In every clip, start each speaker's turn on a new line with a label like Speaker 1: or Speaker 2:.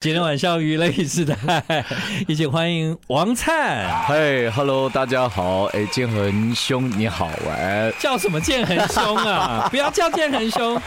Speaker 1: 今天晚上娱乐时代，一起欢迎王灿，
Speaker 2: 嗨，Hello，大家好，哎，建恒兄你好，晚安。
Speaker 1: 叫什么建恒兄啊？不要叫建恒 兄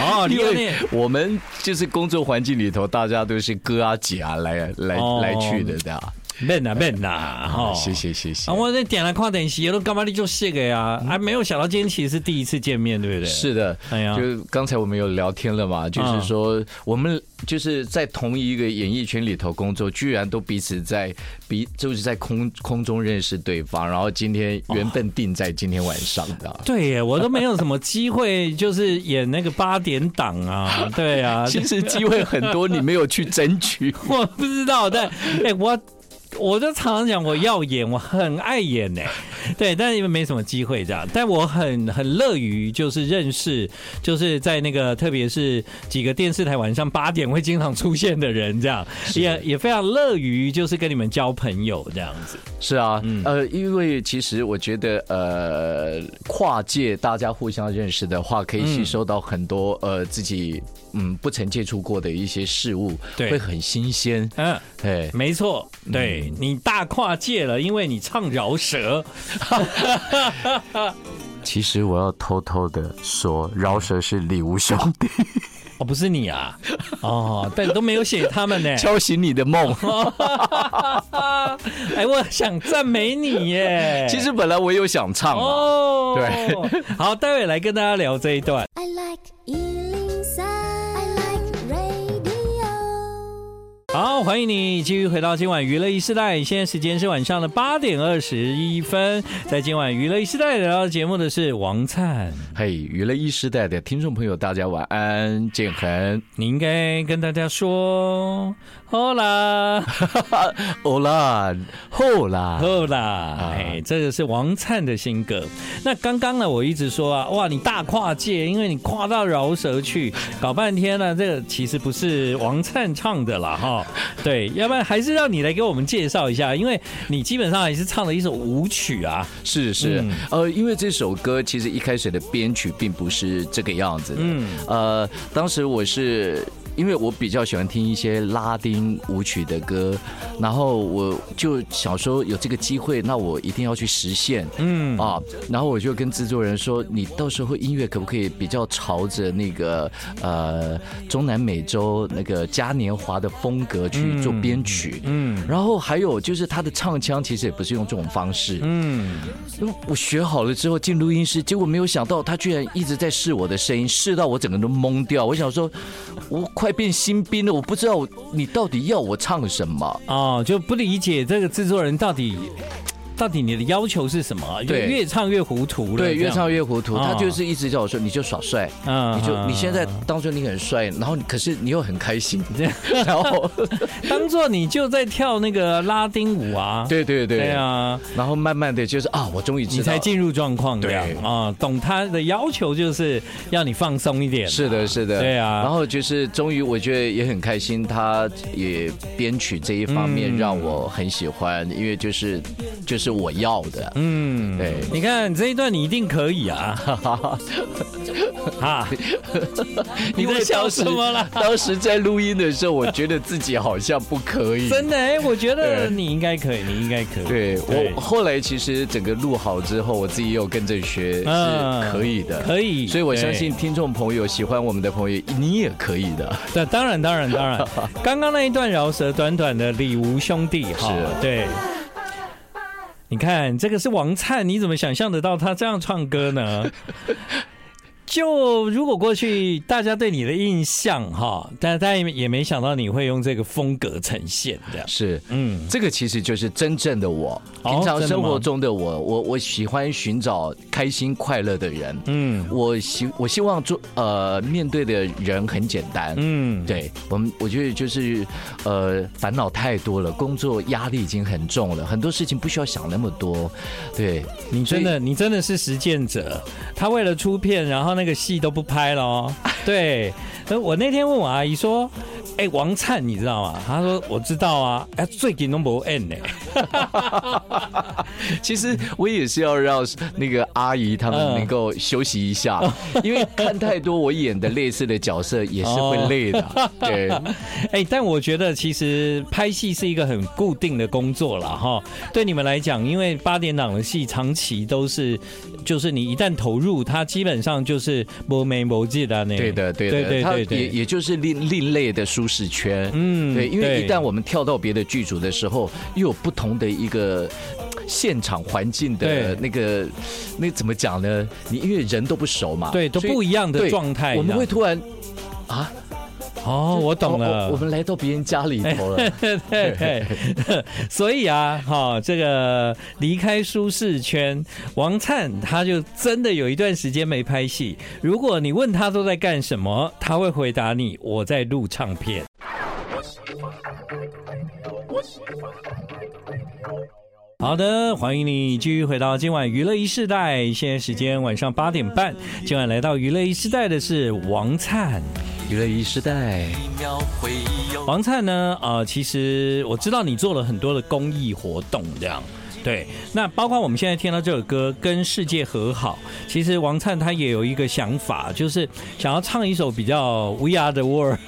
Speaker 1: 哦，你
Speaker 2: 因
Speaker 1: 有
Speaker 2: 为
Speaker 1: 点
Speaker 2: 我们就是工作环境里头，大家都是哥啊姐啊来来、
Speaker 1: 哦
Speaker 2: 来去的，对吧？
Speaker 1: 笨啊笨啊哈！
Speaker 2: 谢谢谢谢。
Speaker 1: 啊，
Speaker 2: 嗯
Speaker 1: 我那点了跨等席，都干嘛的就谢个呀？啊，没有想到今天其实是第一次见面，对不对？
Speaker 2: 是的，
Speaker 1: 哎呀嗯
Speaker 2: 就刚才我们有聊天了嘛，就是说我们就是在同一个演艺圈里头工作，居然都彼此在彼就是在空空中认识对方，然后今天
Speaker 1: 哦
Speaker 2: 缘分定在今天晚上 的。
Speaker 1: 对耶，我都没有什么机会，就是演那个八点档啊，对 啊，
Speaker 2: 其实机会很多，你没有去争取。
Speaker 1: 我不知道，但哎、我我就常常讲我要演，我很爱演呢、对，但因为没什么机会这样，但我很很乐于就是认识，就是在那个特别是几个电视台晚上八点会经常出现的人这样，也也非常乐于就是跟你们交朋友这样子。
Speaker 2: 是啊，
Speaker 1: 嗯
Speaker 2: 呃，因为其实我觉得，呃，跨界大家互相认识的话，可以吸收到很多、呃自己嗯不曾接触过的一些事物，
Speaker 1: 对
Speaker 2: 会很新鲜。
Speaker 1: 嗯。
Speaker 2: 哎，
Speaker 1: 没错，对你大跨界了，因为你唱饶舌，
Speaker 2: 其实我要偷偷的说，饶舌是李无兄弟
Speaker 1: 哦，不是你啊，哦，但都没有写他们呢、
Speaker 2: 敲醒你的梦。
Speaker 1: 哎，我想赞美你耶。
Speaker 2: 其实本来我有想唱、啊，
Speaker 1: 哦，
Speaker 2: 对，
Speaker 1: 好，待会来跟大家聊这一段。
Speaker 3: I like Ealing Sound. I like radio.
Speaker 1: 好，欢迎你继续回到今晚娱乐一时代，现在时间是晚上的八点二十一分。在今晚娱乐一时代聊到节目的是王灿，
Speaker 2: 嘿，娱乐一时代的听众朋友，大家晚安，建恒，
Speaker 1: 你应该跟大家说，好啦，
Speaker 2: 欧啦，后啦，
Speaker 1: 好
Speaker 2: 啊
Speaker 1: 啦，哎，这个是王灿的新歌。那刚刚呢，我一直说啊，哇，你大跨界，因为你跨到饶舌去，搞半天呢，这个其实不是王灿唱的啦， 哈，对，要不然还是让你来给我们介绍一下，因为你基本上还是唱了一首舞曲啊，
Speaker 2: 是是
Speaker 1: 嗯，
Speaker 2: 呃，因为这首歌其实一开始的编曲并不是这个样子的，
Speaker 1: 嗯，
Speaker 2: 呃，当时我是因为我比较喜欢听一些拉丁舞曲的歌，然后我就想说有这个机会，那我一定要去实现，
Speaker 1: 嗯
Speaker 2: 嗯啊，然后我就跟制作人说，你到时候音乐可不可以比较朝着那个呃中南美洲那个嘉年华的风格去做编曲，
Speaker 1: 嗯
Speaker 2: 嗯，然后还有就是他的唱腔其实也不是用这种方式，
Speaker 1: 嗯，
Speaker 2: 我学好了之后进录音室，结果没有想到他居然一直在试我的声音，试到我整个人都懵掉。我想说，我快变新兵了，我不知道你到底要我唱什么。
Speaker 1: 哦，就不理解这个制作人到底。到底你的要求是什么？就
Speaker 2: 对
Speaker 1: 越唱越糊涂了。
Speaker 2: 对，
Speaker 1: 这样
Speaker 2: 越唱越糊涂。
Speaker 1: 啊
Speaker 2: 他就是一直叫我说，你就耍帅，
Speaker 1: 嗯
Speaker 2: 你就你现在当做你很帅，然后你可是你又很 开心，然后
Speaker 1: 当做你就在跳那个拉丁舞啊。
Speaker 2: 对对
Speaker 1: 对
Speaker 2: 对，
Speaker 1: 啊，
Speaker 2: 然后慢慢的就是啊，我终于
Speaker 1: 你
Speaker 2: 知道
Speaker 1: 才。进入状况这样
Speaker 2: 对
Speaker 1: 啊，懂他的要求就是要你放松一点，
Speaker 2: 是的，是的，
Speaker 1: 对啊
Speaker 2: 然后就是，终于我觉得也很开心，他也编曲这一方面
Speaker 1: 嗯
Speaker 2: 让我很喜欢，因为就是就是我要的，
Speaker 1: 嗯，
Speaker 2: 对
Speaker 1: 你看这一段你一定可以啊， 啊，你在笑什么啦？
Speaker 2: 当时在录音的时候，我觉得自己好像不可 以。
Speaker 1: 真的哎，我觉得
Speaker 2: 对
Speaker 1: 你应该可以，你应该可以，
Speaker 2: 对
Speaker 1: 对
Speaker 2: 我后来其实整个录好之后，我自己也有跟着学
Speaker 1: 嗯
Speaker 2: 是可以的，
Speaker 1: 可以
Speaker 2: 所以我相信听众朋友喜欢我们的朋友，你也可以的。
Speaker 1: 对，当然当然当然，刚刚那一段饶舌短短的李吴兄弟哈
Speaker 2: 是，
Speaker 1: 对。你看，这个是王灿，你怎么想象得到他这样唱歌呢？就如果过去大家对你的印象哈，但大家也没想到你会用这个风格呈现的，
Speaker 2: 是，
Speaker 1: 嗯，
Speaker 2: 这个其实就是真正的我，
Speaker 1: 哦
Speaker 2: 平
Speaker 1: 真
Speaker 2: 常
Speaker 1: 的
Speaker 2: 生
Speaker 1: 吗
Speaker 2: 活中的我，我我喜欢寻找开心快乐的人。
Speaker 1: 嗯
Speaker 2: 我希我希望做呃面对的人很简单，
Speaker 1: 嗯，
Speaker 2: 对我们，我觉得就是，呃，烦恼太多了，工作压力已经很重了，很多事情不需要想那么多。对，
Speaker 1: 你
Speaker 2: 所以
Speaker 1: 真的，你真的是实践者。他为了出片，然后那个戏都不拍了哦，对，呃我那天问我阿姨说：“哎、王灿你知道吗？”她说：“我知道啊，哎、最近都不 N 呢。
Speaker 2: 其实我也是要让那个阿姨他们能够休息一下，
Speaker 1: 嗯
Speaker 2: 因为看太多我演的类似的角色也是会累
Speaker 1: 哦
Speaker 2: 的。对，
Speaker 1: 哎、但我觉得其实拍戏是一个很固定的工作了哈。对你们来讲，因为八点档的戏长期都是，就是你一旦投入，它基本上就是没眉没记的那。
Speaker 2: 对的，对的，
Speaker 1: 嗯对
Speaker 2: 它
Speaker 1: 对
Speaker 2: 也
Speaker 1: 对对。
Speaker 2: 也就是另另类的舒适圈。
Speaker 1: 嗯
Speaker 2: 对，因为
Speaker 1: 对
Speaker 2: 一旦我们跳到别的剧组的时候，又有不同的一个。呃现场环境的
Speaker 1: 对
Speaker 2: 那个，那怎么讲呢？你因为人都不熟嘛，
Speaker 1: 对，都
Speaker 2: 所以
Speaker 1: 不一样的
Speaker 2: 对
Speaker 1: 状态这样。
Speaker 2: 我们会突然啊，
Speaker 1: 哦，我懂了。
Speaker 2: 哦我们来到别人家里头 了。
Speaker 1: 对对，所以啊，哈、这个离开舒适圈，王灿他就真的有一段时间没拍戏。如果你问他都在干什么，他会回答你：我在录唱片。好的，欢迎你继续回到今晚娱乐一世代，现在时间晚上八点半。今晚来到娱乐一世代的是王灿。
Speaker 2: 娱乐一时代，
Speaker 1: 王灿呢？呃，其实我知道你做了很多的公益活动，这样。对，那包括我们现在听到这首歌《跟世界和好》，其实王灿他也有一个想法，就是想要唱一首比较 We Are the World，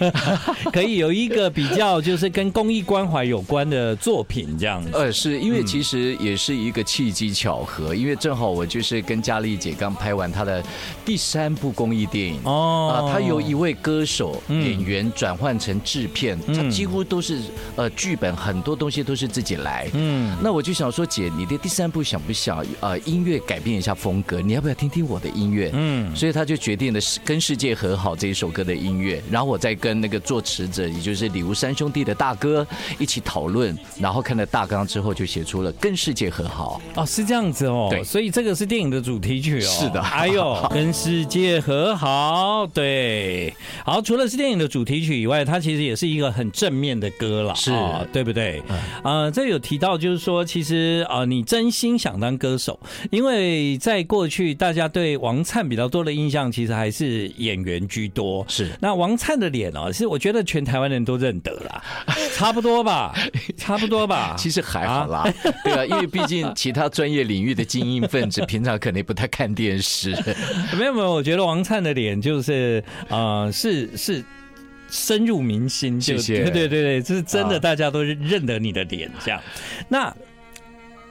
Speaker 1: 可以有一个比较就是跟公益关怀有关的作品这样子。
Speaker 2: 呃，是
Speaker 1: 嗯
Speaker 2: 因为其实也是一个契机巧合，因为正好我就是跟佳丽姐刚拍完她的第三部公益电影。啊
Speaker 1: 哦，
Speaker 2: 她由一位歌手、
Speaker 1: 嗯
Speaker 2: 演员转换成制片，她几乎都是呃剧本很多东西都是自己来。
Speaker 1: 嗯
Speaker 2: 那我就想说，姐，你的第三部想不想呃音乐改变一下风格？你要不要听听我的音乐？
Speaker 1: 嗯
Speaker 2: 所以他就决定了是跟世界和好这一首歌的音乐，然后我再跟那个作词者，也就是礼物三兄弟的大哥一起讨论，然后看了大纲之后就写出了跟世界和好。
Speaker 1: 哦，是这样子哦，
Speaker 2: 对
Speaker 1: 所以这个是电影的主题曲哦。
Speaker 2: 是的
Speaker 1: 哎 呦，跟世界和好，对，好，除了是电影的主题曲以外，它其实也是一个很正面的歌啦，
Speaker 2: 是嗯
Speaker 1: 哦对不对？呃，这有提到就是说，其实呃，你真心想当歌手，因为在过去大家对王灿比较多的印象，其实还是演员居多，
Speaker 2: 是
Speaker 1: 那王灿的脸哦，是我觉得全台湾人都认得啦，差不多吧，差不多 吧。
Speaker 2: 其
Speaker 1: 实
Speaker 2: 实还好啦，对啊，因为毕竟其他专业领域的精英分子平常可能也不太看电 视，
Speaker 1: 没有没有，我觉得王灿的脸就是呃，是是。深入民心，就
Speaker 2: 谢谢
Speaker 1: 对对对对，就是真的，
Speaker 2: 啊
Speaker 1: 大家都认得你的脸这样。那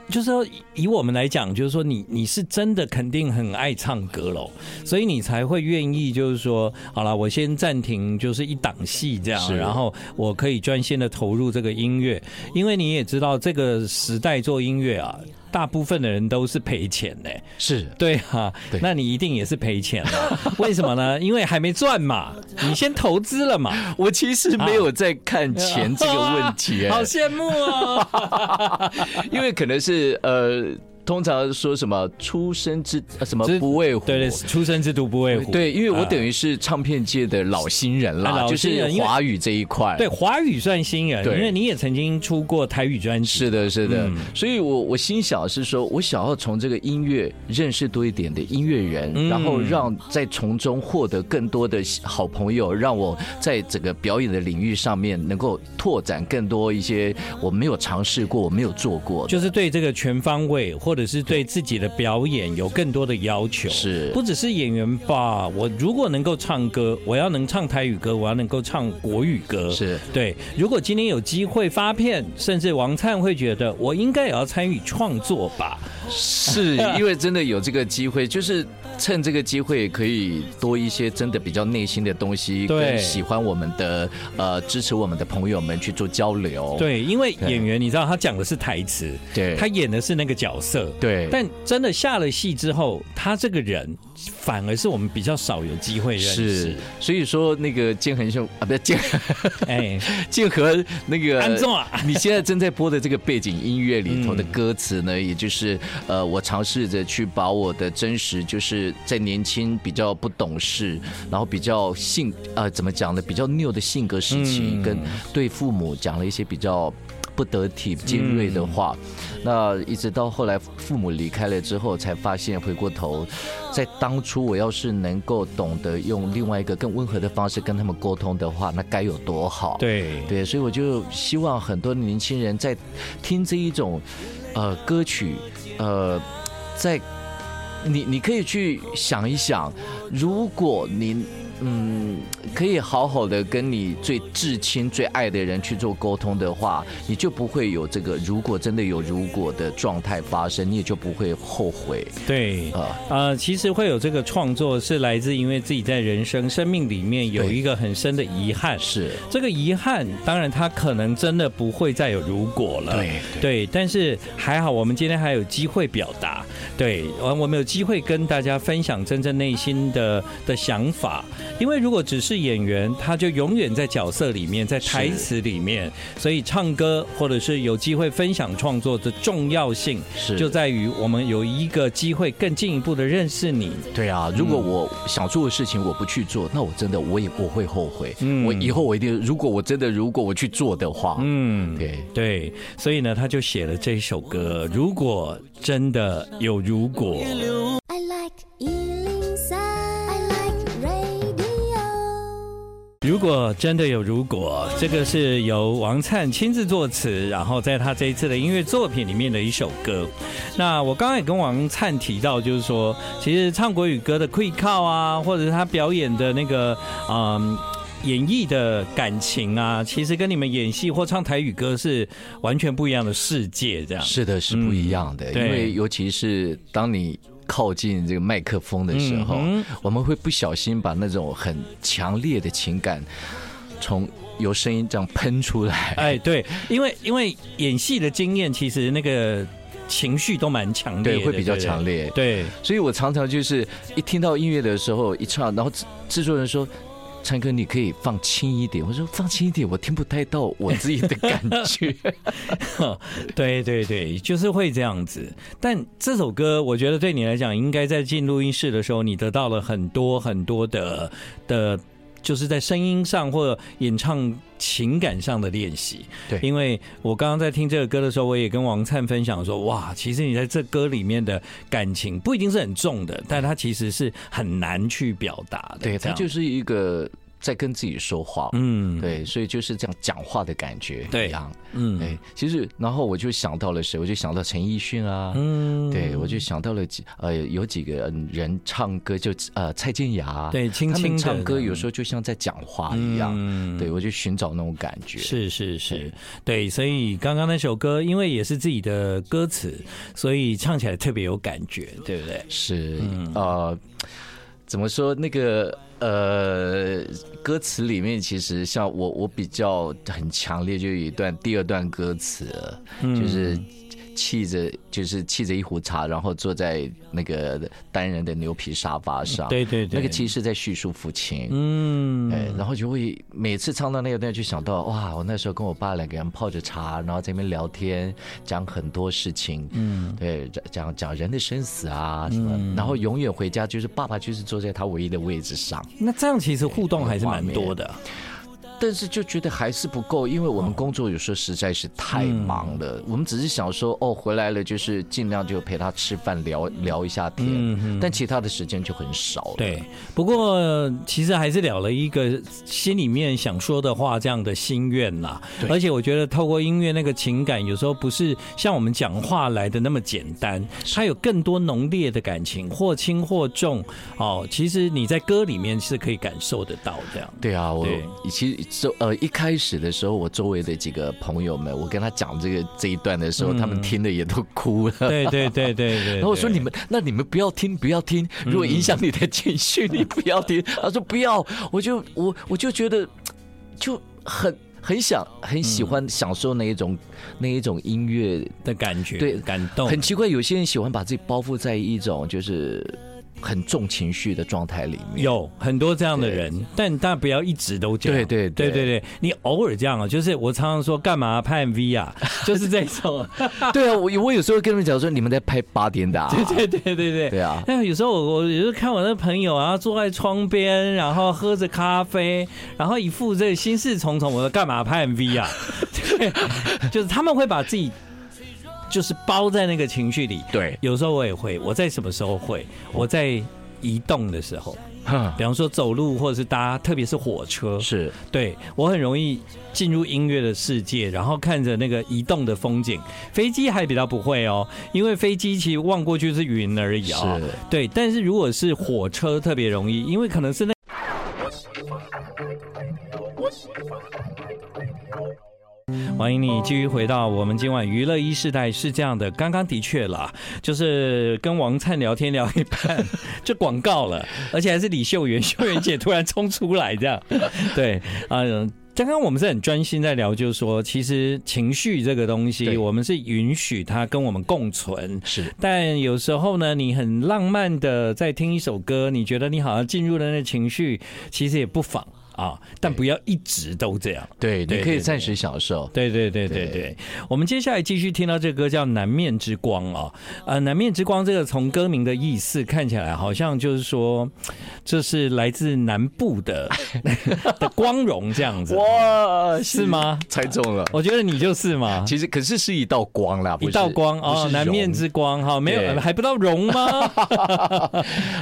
Speaker 1: 就是说，以我们来讲，就是说你你是真的肯定很爱唱歌喽，所以你才会愿意，就是说，好了，我先暂停，就是一档戏这样，
Speaker 2: 是
Speaker 1: 然后我可以专心的投入这个音乐，因为你也知道，这个时代做音乐啊，大部分的人都是赔钱的、
Speaker 2: 是
Speaker 1: 对啊，
Speaker 2: 对
Speaker 1: 那你一定也是赔钱了。 为什么呢？因为还没赚嘛，你先投资了嘛。
Speaker 2: 我其实没有在看钱这个问 题、哎
Speaker 1: 好羡慕哦。
Speaker 2: 因为可能是呃，通常说什么出生之呃什么
Speaker 1: 之
Speaker 2: 不畏虎，
Speaker 1: 对对，出生之犊不畏虎。
Speaker 2: 对，因为我等
Speaker 1: 啊
Speaker 2: 于是唱片界的老新人啦，
Speaker 1: 啊老
Speaker 2: 就
Speaker 1: 新人
Speaker 2: 是
Speaker 1: 因为
Speaker 2: 华语这一块。
Speaker 1: 对，华语算新人，
Speaker 2: 对
Speaker 1: 因为你也曾经出过台语专辑。
Speaker 2: 是的，是的，
Speaker 1: 嗯
Speaker 2: 所以我我心想是说，我想要从这个音乐认识多一点的音乐人，
Speaker 1: 嗯
Speaker 2: 然后让在从中获得更多的好朋友，让我在整个表演的领域上面能够拓展更多一些我没有尝试过、我没有做过的。
Speaker 1: 就是对这个全方位，或者是对自己的表演有更多的要求，
Speaker 2: 是
Speaker 1: 不只是演员吧？我如果能够唱歌，我要能唱台语歌，我要能够唱国语歌，
Speaker 2: 是
Speaker 1: 对。如果今天有机会发片，甚至王灿会觉得我应该也要参与创作吧？
Speaker 2: 是因为真的有这个机会，就是趁这个机会可以多一些真的比较内心的东西，
Speaker 1: 对
Speaker 2: 跟喜欢我们的呃支持我们的朋友们去做交流。
Speaker 1: 对，因为
Speaker 2: 哦对
Speaker 1: 演员你知道他讲的是台词，
Speaker 2: 对
Speaker 1: 他演的是那个角色，
Speaker 2: 对
Speaker 1: 但真的下了戏之后，他这个人反而是我们比较少有机会认识
Speaker 2: 是。，所以说那个建恒兄啊，不是建
Speaker 1: 哎，
Speaker 2: 建和那个
Speaker 1: 安总啊，
Speaker 2: 你现在正在播的这个背景
Speaker 1: 嗯
Speaker 2: 音乐里头的歌词呢，也就是呃，我尝试着去把我的真实，就是是在年轻、比较不懂事，然后比较性呃怎么讲呢，比较拗的性格时期，
Speaker 1: 嗯
Speaker 2: 跟对父母讲了一些比较。不得体、尖锐的话，
Speaker 1: 嗯
Speaker 2: 那一直到后来父母离开了之后，才发现回过头，在当初我要是能够懂得用另外一个更温和的方式跟他们沟通的话，那该有多好。
Speaker 1: 对
Speaker 2: 对，所以我就希望很多年轻人在听这一种呃歌曲，呃，在你你可以去想一想，如果你嗯可以好好的跟你最至亲、最爱的人去做沟通的话，你就不会有这个如果真的有如果的状态发生，你也就不会后悔
Speaker 1: 对，
Speaker 2: 啊、
Speaker 1: 呃，其实会有这个创作是来自因为自己在人生生命里面有
Speaker 2: 对
Speaker 1: 一个很深的遗憾，
Speaker 2: 是，
Speaker 1: 这个遗憾，当然他可能真的不会再有如果了。
Speaker 2: 对
Speaker 1: 对，但是还好，我们今天还有机会表达，对，我我们有机会跟大家分享真正内心的的想法。因为如果只是演员，他就永远在角色里面，在台词里面，所以唱歌或者是有机会分享创作的重要性，
Speaker 2: 是
Speaker 1: 就在于我们有一个机会更进一步的认识你。
Speaker 2: 对
Speaker 1: 嗯
Speaker 2: 啊，如果我想做的事情我不去做，那我真的我也我会后悔。
Speaker 1: 嗯
Speaker 2: 我以后我一定，如果我真的如果我去做的话，
Speaker 1: 嗯，
Speaker 2: 对
Speaker 1: 对，所以呢，他就写了这一首歌。如果真的有如果，
Speaker 3: I like Ealing Sound. I like radio.
Speaker 1: 如果真的有如果，这个是由王灿亲自作词，然后在他这一次的音乐作品里面的一首歌。那我刚刚也跟王灿提到，就是说，其实唱国语歌的会靠啊，或者是他表演的那个嗯。演绎的感情啊，其实跟你们演戏或唱台语歌是完全不一样的世界，这样。
Speaker 2: 是的，是不一样的。
Speaker 1: 嗯对
Speaker 2: 因为尤其是当你靠近这个麦克风的时候，
Speaker 1: 嗯
Speaker 2: 我们会不小心把那种很强烈的情感从由声音这样喷出来。
Speaker 1: 哎，对，因为因为演戏的经验，其实那个情绪都蛮强烈的，
Speaker 2: 对，会比较
Speaker 1: 对不对
Speaker 2: 强。烈。
Speaker 1: 对，
Speaker 2: 所以我常常就是一听到音乐的时候一唱，然后制制作人说。찬哥，你可以放轻一点。我说放轻一点，我听不太到我自己的感觉。
Speaker 1: 对对对，就是会这样子。但这首歌，我觉得对你来讲，应该在进录音室的时候，你得到了很多很多的的，就是在声音上或者演唱情感上的练习。
Speaker 2: 对
Speaker 1: 因为我刚刚在听这个歌的时候，我也跟王灿分享说，哇，其实你在这歌里面的感情不一定是很重的，但它其实是很难去表达 的。
Speaker 2: 对，
Speaker 1: 这
Speaker 2: 他
Speaker 1: 样
Speaker 2: 就是一个在跟自己说话。
Speaker 1: 嗯，
Speaker 2: 对，所以就是这样讲话的感觉
Speaker 1: 对
Speaker 2: 一样。
Speaker 1: 嗯
Speaker 2: 对，其实然后我就想到了谁，我就想到陈奕迅啊。
Speaker 1: 嗯，
Speaker 2: 对，我就想到了几呃，有几个人唱歌就呃蔡健雅啊，
Speaker 1: 对轻
Speaker 2: 他
Speaker 1: 轻
Speaker 2: 们
Speaker 1: 的
Speaker 2: 唱歌
Speaker 1: 这样
Speaker 2: 有时候就像在讲话一样。
Speaker 1: 嗯
Speaker 2: 对，我就寻找那种感觉。
Speaker 1: 是是是，对，所以刚刚那首歌，因为也是自己的歌词，所以唱起来特别有感觉，对不对？
Speaker 2: 是，
Speaker 1: 嗯
Speaker 2: 呃，怎么说那个呃，歌词里面其实像我，我比较很强烈，就有一段第二段歌词，
Speaker 1: 嗯
Speaker 2: 就是气着，就是气着一壶茶，然后坐在那个单人的牛皮沙发上，
Speaker 1: 对对对，
Speaker 2: 那个其实是在叙述父亲。
Speaker 1: 嗯，
Speaker 2: 哎，然后就会每次唱到那个段，就想到哇，我那时候跟我爸两个人泡着茶，然后在那边聊天，讲很多事情，嗯，对，讲讲讲人的生死啊什么，然后永远回家就是爸爸就是坐在他唯一的位置上，
Speaker 1: 那这样其实互动还是蛮多的，
Speaker 2: 但是就觉得还是不够，因为我们工作有时候实在是太忙了，我们只是想说哦，回来了就是尽量就陪他吃饭聊聊一下天，但其他的时间就很少了，
Speaker 1: 对。不过呃其实还是聊了一个心里面想说的话，这样的心愿啦。而且我觉得透过音乐那个情感，有时候不是像我们讲话来的那么简单，它有更多浓烈的感情，或轻或重。哦，其实你在歌里面是可以感受得到这样。
Speaker 2: 对啊，我
Speaker 1: 对
Speaker 2: 其实周呃一开始的时候，我周围的几个朋友们，我跟他讲这个这一段的时候，他们听的也都哭了。
Speaker 1: 嗯 对对对对对对。
Speaker 2: 然后我说你们，那你们不要听，不要听。如果影响你的情绪，
Speaker 1: 嗯
Speaker 2: 你不要听。他说不要，我就我我就觉得就很很想很喜欢
Speaker 1: 嗯
Speaker 2: 享受那一种、那一种音乐
Speaker 1: 的感觉，
Speaker 2: 对
Speaker 1: 感动，
Speaker 2: 很奇怪，有些人喜欢把自己包覆在一种就是很重情绪的状态里 面。
Speaker 1: 有很多这样的人，但大家不要一直都这样。
Speaker 2: 对对
Speaker 1: 对
Speaker 2: 对
Speaker 1: 对对你偶尔这样啊，就是我常常说干嘛判 V 啊，就是这种。
Speaker 2: 对啊，我我有时候跟他们讲说，你们在拍八点档、啊，
Speaker 1: 对对对对哎
Speaker 2: 对啊
Speaker 1: 那有时候我我有时候看我那朋友啊，坐在窗边，然后喝着咖啡，然后一副这个心事重重，我说干嘛拍 MV 啊？对，就是他们会把自己。就是包在那个情绪里，
Speaker 2: 对
Speaker 1: 有时候我也会，我在什么时候会？我在移动的时候，
Speaker 2: 哼
Speaker 1: 比方说走路或者是搭，特别是火车，
Speaker 2: 是
Speaker 1: 对我很容易进入音乐的世界，然后看着那个移动的风景。飞机还比较不会哦，因为飞机其实望过去是云而已哦
Speaker 2: 是。
Speaker 1: 对，但是如果是火车特别容易，因为可能是那。欢迎你继续回到我们今晚娱乐一世代是这样的，刚刚的确啦，就是跟王灿聊天聊一半 就广告了，而且还是李秀媛，秀媛姐突然冲出来这样， 对，嗯、刚刚我们是很专心在聊，就是说，其实情绪这个东西，
Speaker 2: 对
Speaker 1: 我们是允许它跟我们共存，
Speaker 2: 是，
Speaker 1: 但有时候呢，你很浪漫的在听一首歌，你觉得你好像进入了那个情绪，其实也不妨啊，但不要一直都这样。
Speaker 2: 对，
Speaker 1: 对
Speaker 2: 你可以
Speaker 1: 对
Speaker 2: 暂时享受。
Speaker 1: 对对对对对，我们接下来继续听到这歌叫《南面之光》哦，呃，《南面之光》这个从歌名的意思看起来好像就是说，这是来自南部 的的光荣这样子，
Speaker 2: 哇，
Speaker 1: 是吗？
Speaker 2: 猜中了。
Speaker 1: 我觉得你就是嘛，
Speaker 2: 其实可是是一道光啦，不
Speaker 1: 一
Speaker 2: 是
Speaker 1: 道光
Speaker 2: 不是
Speaker 1: 哦，
Speaker 2: 荣
Speaker 1: 南面之光哈，没
Speaker 2: 对
Speaker 1: 有还不到荣 吗？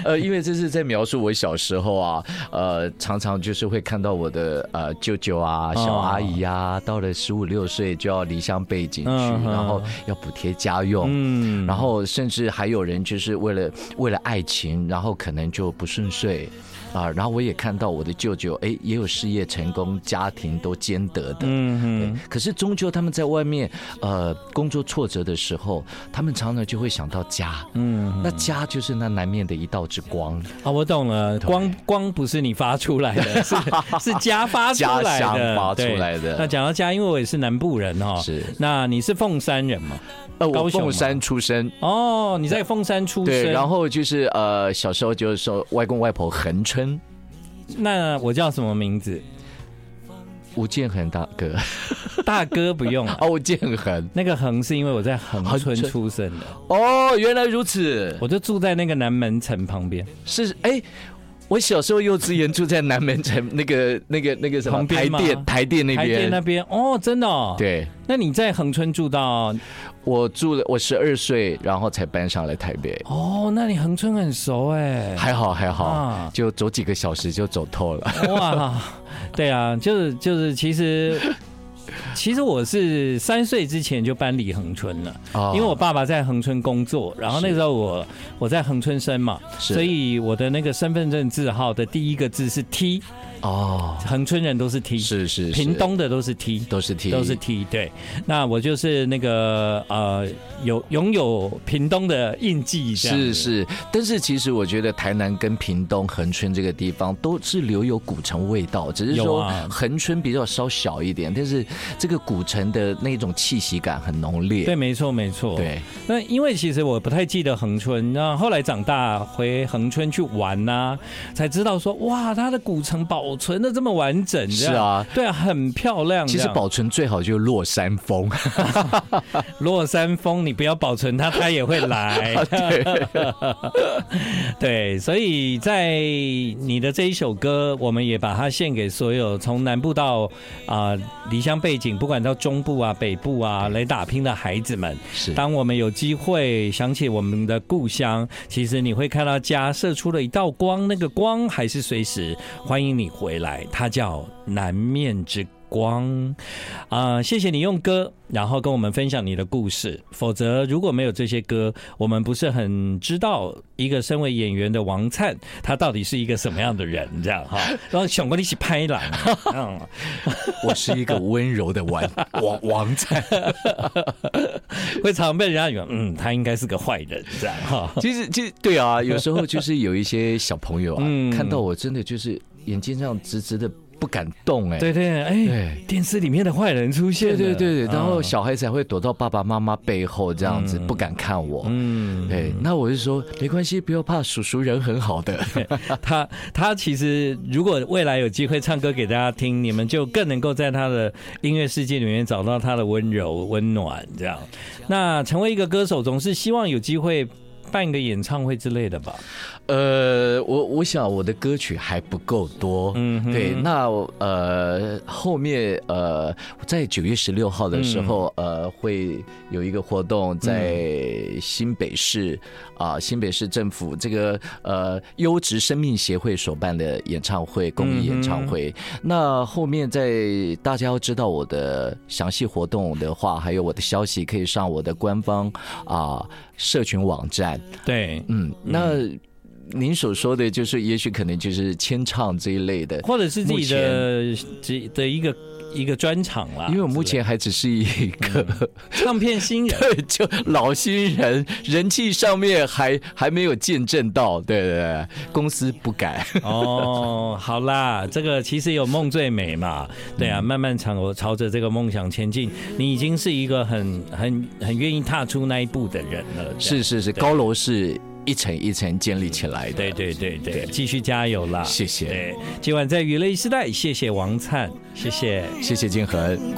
Speaker 2: 呃，因为这是在描述我小时候啊，呃，常常就是会看到我的呃舅舅
Speaker 1: 哦
Speaker 2: 啊、小阿姨啊，到了十五六岁就要离乡背井去，
Speaker 1: 嗯哼
Speaker 2: 然后要补贴家用。
Speaker 1: 嗯，
Speaker 2: 然后甚至还有人就是为了为了爱情，然后可能就不顺遂啊。然后我也看到我的舅舅，哎，也有事业成功、家庭都兼得的。
Speaker 1: 嗯
Speaker 2: 对可是终究他们在外面呃工作挫折的时候，他们常常就会想到家，
Speaker 1: 嗯
Speaker 2: 嗯，那家就是那南面的一道之光，
Speaker 1: 哼，啊，我懂了，光光不是你发出来 的，是是家发出
Speaker 2: 家
Speaker 1: 来
Speaker 2: 乡
Speaker 1: 的，
Speaker 2: 发出
Speaker 1: 对
Speaker 2: 来的
Speaker 1: 那讲到家，因为我也是南部人哦，
Speaker 2: 是
Speaker 1: 那你是凤山人嘛？
Speaker 2: 呃，
Speaker 1: 高
Speaker 2: 我
Speaker 1: 雄吗
Speaker 2: 凤山出生。
Speaker 1: 哦，你在凤山出生，
Speaker 2: 对，然后就是呃，小时候就是说外公外婆恒春，
Speaker 1: 那我叫什么名字？
Speaker 2: 吴建衡大哥，
Speaker 1: 大哥不用了。
Speaker 2: 哦，吴建衡，
Speaker 1: 那个恒是因为我在恒
Speaker 2: 恒
Speaker 1: 村
Speaker 2: 春
Speaker 1: 出生的，
Speaker 2: 哦，原来如此，
Speaker 1: 我就住在那个南门城旁边，
Speaker 2: 是哎，我小时候幼稚园住在南门城那个那个那个什么
Speaker 1: 旁
Speaker 2: 台
Speaker 1: 边吗
Speaker 2: 电台电那
Speaker 1: 台电那边
Speaker 2: 边，
Speaker 1: 哦，真的哦。，
Speaker 2: 对
Speaker 1: 那你在恒村住到
Speaker 2: 我住了我十二岁，然后才搬上来台北，
Speaker 1: 哦，那你恒村很熟哎。
Speaker 2: 还好还好，
Speaker 1: 啊
Speaker 2: 就走几个小时就走透了。
Speaker 1: 哇，对啊，就是就是，其实其实我是三岁之前就搬离恒春了，
Speaker 2: 哦
Speaker 1: 因为我爸爸在恒春工作，然后那时候我我在恒春生嘛，
Speaker 2: 哦是
Speaker 1: 所以我的那个身份证字号的第一个字是 T，
Speaker 2: 哦，
Speaker 1: 恒春人都是 T，
Speaker 2: 是是是，
Speaker 1: 屏东的都是 T。
Speaker 2: 都是 T，
Speaker 1: 都是 T 对，那我就是那个呃，有拥有屏东的印记，这样子
Speaker 2: 是是，但是其实我觉得台南跟屏东恒春这个地方都是留有古城味道，只是
Speaker 1: 有
Speaker 2: 说
Speaker 1: 啊
Speaker 2: 恒春比较稍小一点，但是这个古城的那种气息感很浓烈。
Speaker 1: 对，没错没错，
Speaker 2: 对
Speaker 1: 那因为其实我不太记得恒春，那后来长大回恒春去玩呐、才知道说哇，它的古城保存的这么完整，这样
Speaker 2: 是啊，
Speaker 1: 对啊，很漂亮这
Speaker 2: 其
Speaker 1: 样。
Speaker 2: 实保存最好就是落山 风，
Speaker 1: 落山风，你不要保存它，它也会 来。 对，所以在你的这一首歌，我们也把它献给所有从南部到啊、离乡背景，不管到中部啊、北部啊来打拼的孩子们。
Speaker 2: 是
Speaker 1: 当我们有机会想起我们的故乡，其实你会看到家射出了一道光，那个光还是随时欢迎你回来，它叫南面之光。啊、谢谢你用歌，然后跟我们分享你的故事。否则，如果没有这些歌，我们不是很知道一个身为演员的王灿，他到底是一个什么样的人，这样 哈。然后想过一起拍了，嗯，
Speaker 2: 我是一个温柔 的王王王仔。
Speaker 1: 会常被人家以为，嗯，他应该是个坏人，这样哈。
Speaker 2: 其实，其实对啊，有时候就是有一些小朋友啊，
Speaker 1: 嗯
Speaker 2: 看到我真的就是眼睛这样直直的不敢动哎、
Speaker 1: 对对，哎
Speaker 2: 对，
Speaker 1: 电视里面的坏人出现
Speaker 2: 对
Speaker 1: 了，
Speaker 2: 对对对，然后
Speaker 1: 嗯
Speaker 2: 小孩才会躲到爸爸妈妈背后这样子，不敢看我。
Speaker 1: 嗯，
Speaker 2: 对，那我就说没关系，不要怕，叔叔人很好的。
Speaker 1: 他他其实如果未来有机会唱歌给大家听，你们就更能够在他的音乐世界里面找到他的温柔、温暖。这样，那成为一个歌手，总是希望有机会办个演唱会之类的吧？
Speaker 2: 呃，我我想我的歌曲还不够多，
Speaker 1: 嗯哼
Speaker 2: 对，那呃后面呃在九月十六号的时候、
Speaker 1: 嗯
Speaker 2: 呃会有一个活动在新北市啊、新北市政府这个呃优质生命协会所办的演唱会公益演唱
Speaker 1: 嗯
Speaker 2: 会，那后面在大家要知道我的详细活动的话，还有我的消息，可以上我的官方啊、社群网站。
Speaker 1: 对，
Speaker 2: 嗯，那您所说的就是，也许可能就是签唱这一类的，
Speaker 1: 或者是自己的自的一个一个专场啦。
Speaker 2: 因为我目前还只是一个、
Speaker 1: 之类的嗯唱片新人，
Speaker 2: 就老新人，人气上面还还没有见证到，对对对，公司不敢。
Speaker 1: 哦，好啦，这个其实有梦最美嘛，对
Speaker 2: 嗯
Speaker 1: 啊，慢慢朝朝着这个梦想前进，你已经是一个很很很愿意踏出那一步的人了。这样
Speaker 2: 是，是是，高楼是一层一层建立起来的。
Speaker 1: 对对对对，继续加油啦！
Speaker 2: 谢谢
Speaker 1: 对，今晚在娱乐一时代，谢谢王灿，谢谢。
Speaker 2: 谢谢金恒。